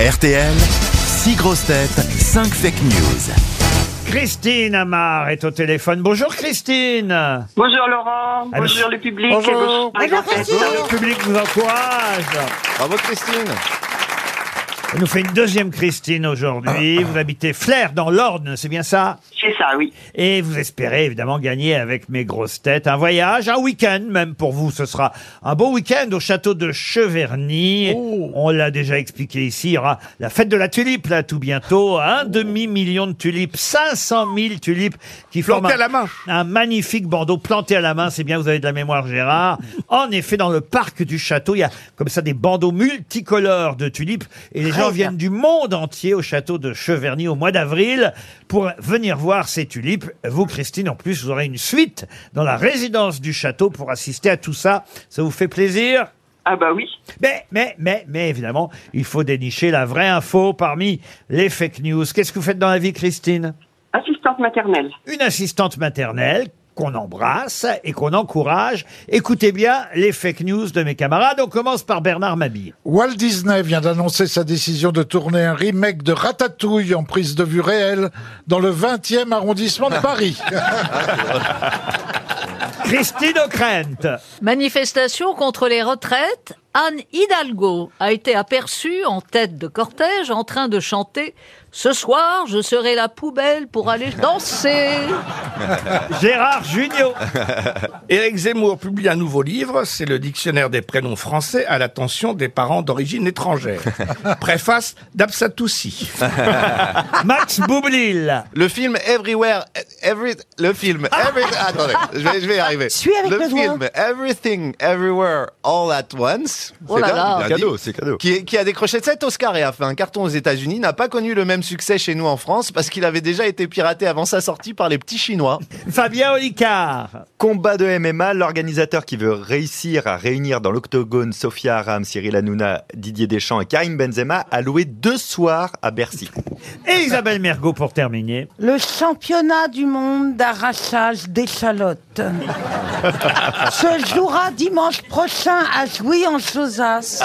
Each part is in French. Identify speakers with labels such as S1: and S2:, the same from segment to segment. S1: RTL, 6 grosses têtes, 5 fake news.
S2: Christine Amar est au téléphone. Bonjour Christine.
S3: Bonjour Laurent,
S2: Ah,
S3: bonjour
S2: mais-
S3: le public.
S2: Bonjour.
S3: et bonjour les artistes.
S2: Le public vous encourage.
S4: Bravo Christine
S2: Elle nous fait une deuxième Christine aujourd'hui. Vous habitez Flair dans l'Orne, c'est bien ça
S3: C'est ça, oui.
S2: Et vous espérez évidemment gagner avec mes grosses têtes un voyage, un week-end même pour vous. Ce sera un beau week-end au château de Cheverny.
S4: Oh.
S2: On l'a déjà expliqué ici. Il y aura la fête de la tulipe là tout bientôt.
S4: Oh.
S2: Un demi-million de tulipes, 500 000 tulipes qui forment
S4: Plantées
S2: un,
S4: à la main.
S2: un magnifique bandeau planté à la main. C'est bien, vous avez de la mémoire, Gérard. En effet, dans le parc du château, il y a comme ça des bandeaux multicolores de tulipes et les gens viennent du monde entier au château de Cheverny au mois d'avril pour venir voir ces tulipes. Vous, Christine, en plus, vous aurez une suite dans la résidence du château pour assister à tout ça. Ça vous fait plaisir?
S3: Ah bah oui.
S2: Mais, mais, mais, mais évidemment, il faut dénicher la vraie info parmi les fake news. Qu'est-ce que vous faites dans la vie, Christine
S3: Assistante maternelle.
S2: Une assistante maternelle qu'on embrasse et qu'on encourage. Écoutez bien les fake news de mes camarades. On commence par Bernard Mabille.
S5: Walt Disney vient d'annoncer sa décision de tourner un remake de Ratatouille en prise de vue réelle dans le 20e arrondissement de Paris.
S2: Christine O'Krent.
S6: Manifestation contre les retraites, Anne Hidalgo a été aperçue en tête de cortège en train de chanter Ce soir, je serai la poubelle pour aller danser.
S2: Gérard Junior.
S4: Éric Zemmour publie un nouveau livre, c'est le dictionnaire des prénoms français à l'attention des parents d'origine étrangère. Préface d'Absatoussi.
S2: Max Boublil.
S7: Le film Everywhere, Every, le film, every, attendez, je vais, je vais y arriver.
S8: Suis avec
S7: le
S8: le doigt.
S7: film Everything, Everywhere, All at Once.
S6: Oh là
S7: C'est bien,
S6: là.
S7: bien dit.
S4: Cadeau, c'est cadeau.
S7: Qui, est- qui a décroché 7 Oscars et a fait un carton aux États-Unis, n'a pas connu le même succès chez nous en France parce qu'il avait déjà été piraté avant sa sortie par les petits Chinois.
S2: Fabien Olicard.
S9: Combat de MMA, l'organisateur qui veut réussir à réunir dans l'octogone Sophia Aram, Cyril Hanouna, Didier Deschamps et Karim Benzema a loué deux soirs à Bercy.
S2: Et Isabelle Mergot pour terminer.
S8: Le championnat du monde d'arrachage d'échalotes se jouera dimanche prochain à Jouy en Josas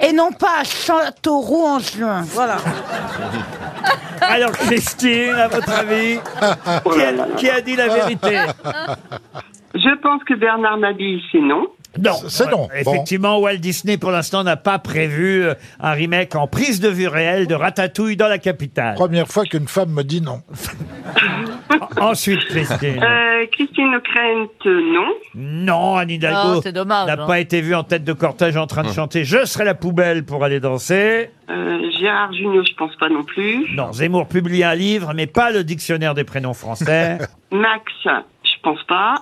S8: et non pas à Châteauroux en juin. Voilà.
S2: Alors Christine, à votre avis, Ah,
S3: Oh
S2: qui a, qui a dit la vérité
S3: Je pense que Bernard Mabille, c'est non.
S2: Non.
S5: C'est non.
S2: Euh, Effectivement, Walt Disney, pour l'instant, n'a pas prévu euh, un remake en prise de vue réelle de Ratatouille dans la capitale.
S5: Première fois qu'une femme me dit non.
S2: Ensuite, Christine.
S3: Euh, Christine O'Krent, non.
S2: Non, Anne
S6: Ah,
S2: Hidalgo
S6: c'est dommage,
S2: n'a
S6: hein.
S2: pas été vue en tête de cortège en train
S9: Hum.
S2: de chanter « Je serai la poubelle pour aller danser
S3: Euh, Gérard Junior, je pense pas non ». plus.
S2: Non, Zemmour publie un livre, mais pas le dictionnaire des prénoms français.
S3: Max, je pense pas.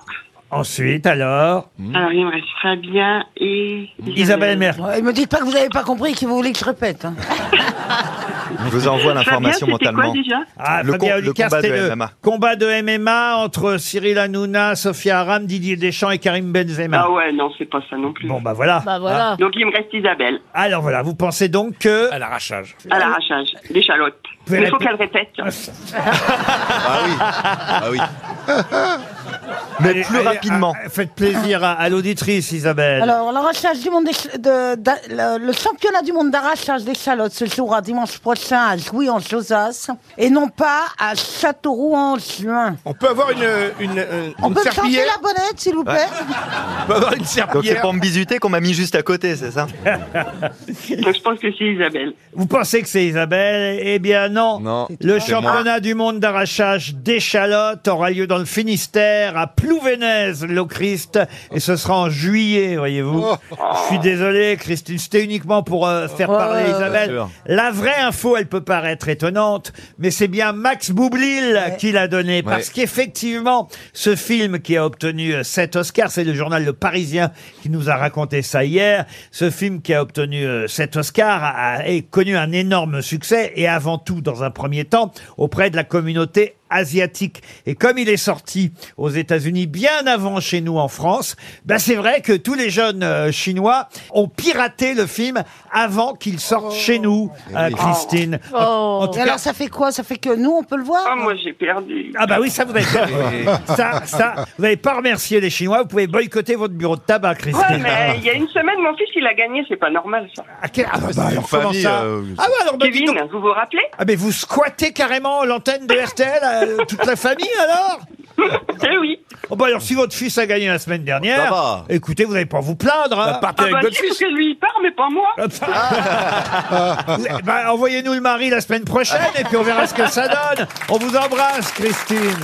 S2: Ensuite, alors,
S9: Hum.
S3: Alors il me reste Fabien et
S2: Hmm. Isabelle Mergo.
S8: Ouais, Ne me dites pas que vous n'avez pas compris que vous voulez que je répète. hein.
S9: Je vous envoie l'information
S3: Fabien, c'était quoi
S9: mentalement.
S3: déjà
S2: Ah,
S9: Le
S2: Fabien
S9: com- le
S2: Olicard,
S9: combat
S2: c'était
S9: de
S2: le
S9: MMA.
S2: combat de MMA entre Cyril Hanouna, Sophia Aram, Didier Deschamps et Karim Benzema.
S3: Ah ouais, non, c'est pas ça non plus.
S2: Bon, bah voilà. Ah,
S6: Bah voilà.
S3: Donc il me reste Isabelle,
S2: Alors voilà, vous pensez donc que...
S4: À l'arrachage.
S2: Ah.
S3: à l'arrachage, l'échalote.
S2: pouvez
S3: Il faut
S2: répéter-
S3: qu'elle répète.
S7: Ah oui, ah oui.
S9: Mais
S2: Allez,
S9: plus
S2: allez,
S9: rapidement.
S2: ah, ah, Faites plaisir à, à l'auditrice Isabelle.
S8: Alors, l'arrachage du monde d'éch- de- d'a- le, le championnat du monde d'arrachage d'échalotes se jouera dimanche prochain à Jouy en Josas et non pas à Châteauroux en juin.
S4: On peut avoir une, une, une,
S8: On
S4: une
S8: peut me changer
S4: serpillière
S8: la bonnette, s'il vous plaît
S4: On peut avoir une
S9: Donc c'est
S4: serpillière
S9: pour me bisuter qu'on m'a mis juste à côté, c'est ça
S3: Donc je pense que c'est Isabelle.
S2: Vous pensez que c'est Isabelle Eh bien non.
S7: Non,
S2: Le
S7: c'est moi.
S2: championnat du monde d'arrachage d'échalotes aura lieu dans le Finistère, à Plouvenez, le Christ, et ce sera en juillet, voyez-vous.
S7: Oh.
S2: Je suis désolé, Christine, c'était uniquement pour euh, faire parler Isabelle.
S7: Bien sûr.
S2: La vraie info, elle peut paraître étonnante, mais c'est bien Max Boublil qui l'a donnée, parce qu'effectivement, ce film qui a obtenu euh, sept Oscars, c'est le journal Le Parisien qui nous a raconté ça hier, ce film qui a obtenu euh, sept Oscars a, a- a connu un énorme succès, et avant tout, dans un premier temps, auprès de la communauté asiatique. Et comme il est sorti aux États-Unis bien avant chez nous en France, bah c'est vrai que tous les jeunes euh, chinois ont piraté le film avant qu'il sorte chez nous, euh, Christine. En- en tout
S8: Et alors
S2: cas-
S8: ça fait quoi Ça fait que nous, on peut le voir
S3: Ah, moi, j'ai perdu.
S2: ah bah oui, ça vous avez ça, ça, vous n'avez pas remercié les Chinois. Vous pouvez boycotter votre bureau de tabac,
S3: Ouais,
S2: Christine.
S3: mais il y a une semaine, mon fils, il a gagné. C'est pas normal, ça.
S2: Ah, quel- ah bah, bah, alors,
S9: une
S2: comment
S9: famille,
S2: ça
S9: euh,
S2: Ah bah alors, bah, dis donc.
S3: Kevin, vous vous rappelez
S2: Ah mais vous squattez carrément l'antenne de RTL, euh, toute la famille alors
S3: Eh oui.
S2: Oh bah alors si votre fils a gagné la semaine
S7: Ça
S2: dernière,
S7: va.
S2: écoutez, vous n'allez pas vous plaindre. hein. Ah,
S4: Partez
S3: Ah bah
S4: avec votre
S3: si, parce
S4: fils.
S3: que lui, il part, mais pas moi.
S2: Vous- bah, Envoyez-nous le mari la semaine prochaine et puis on verra ce que ça donne. On vous embrasse, Christine.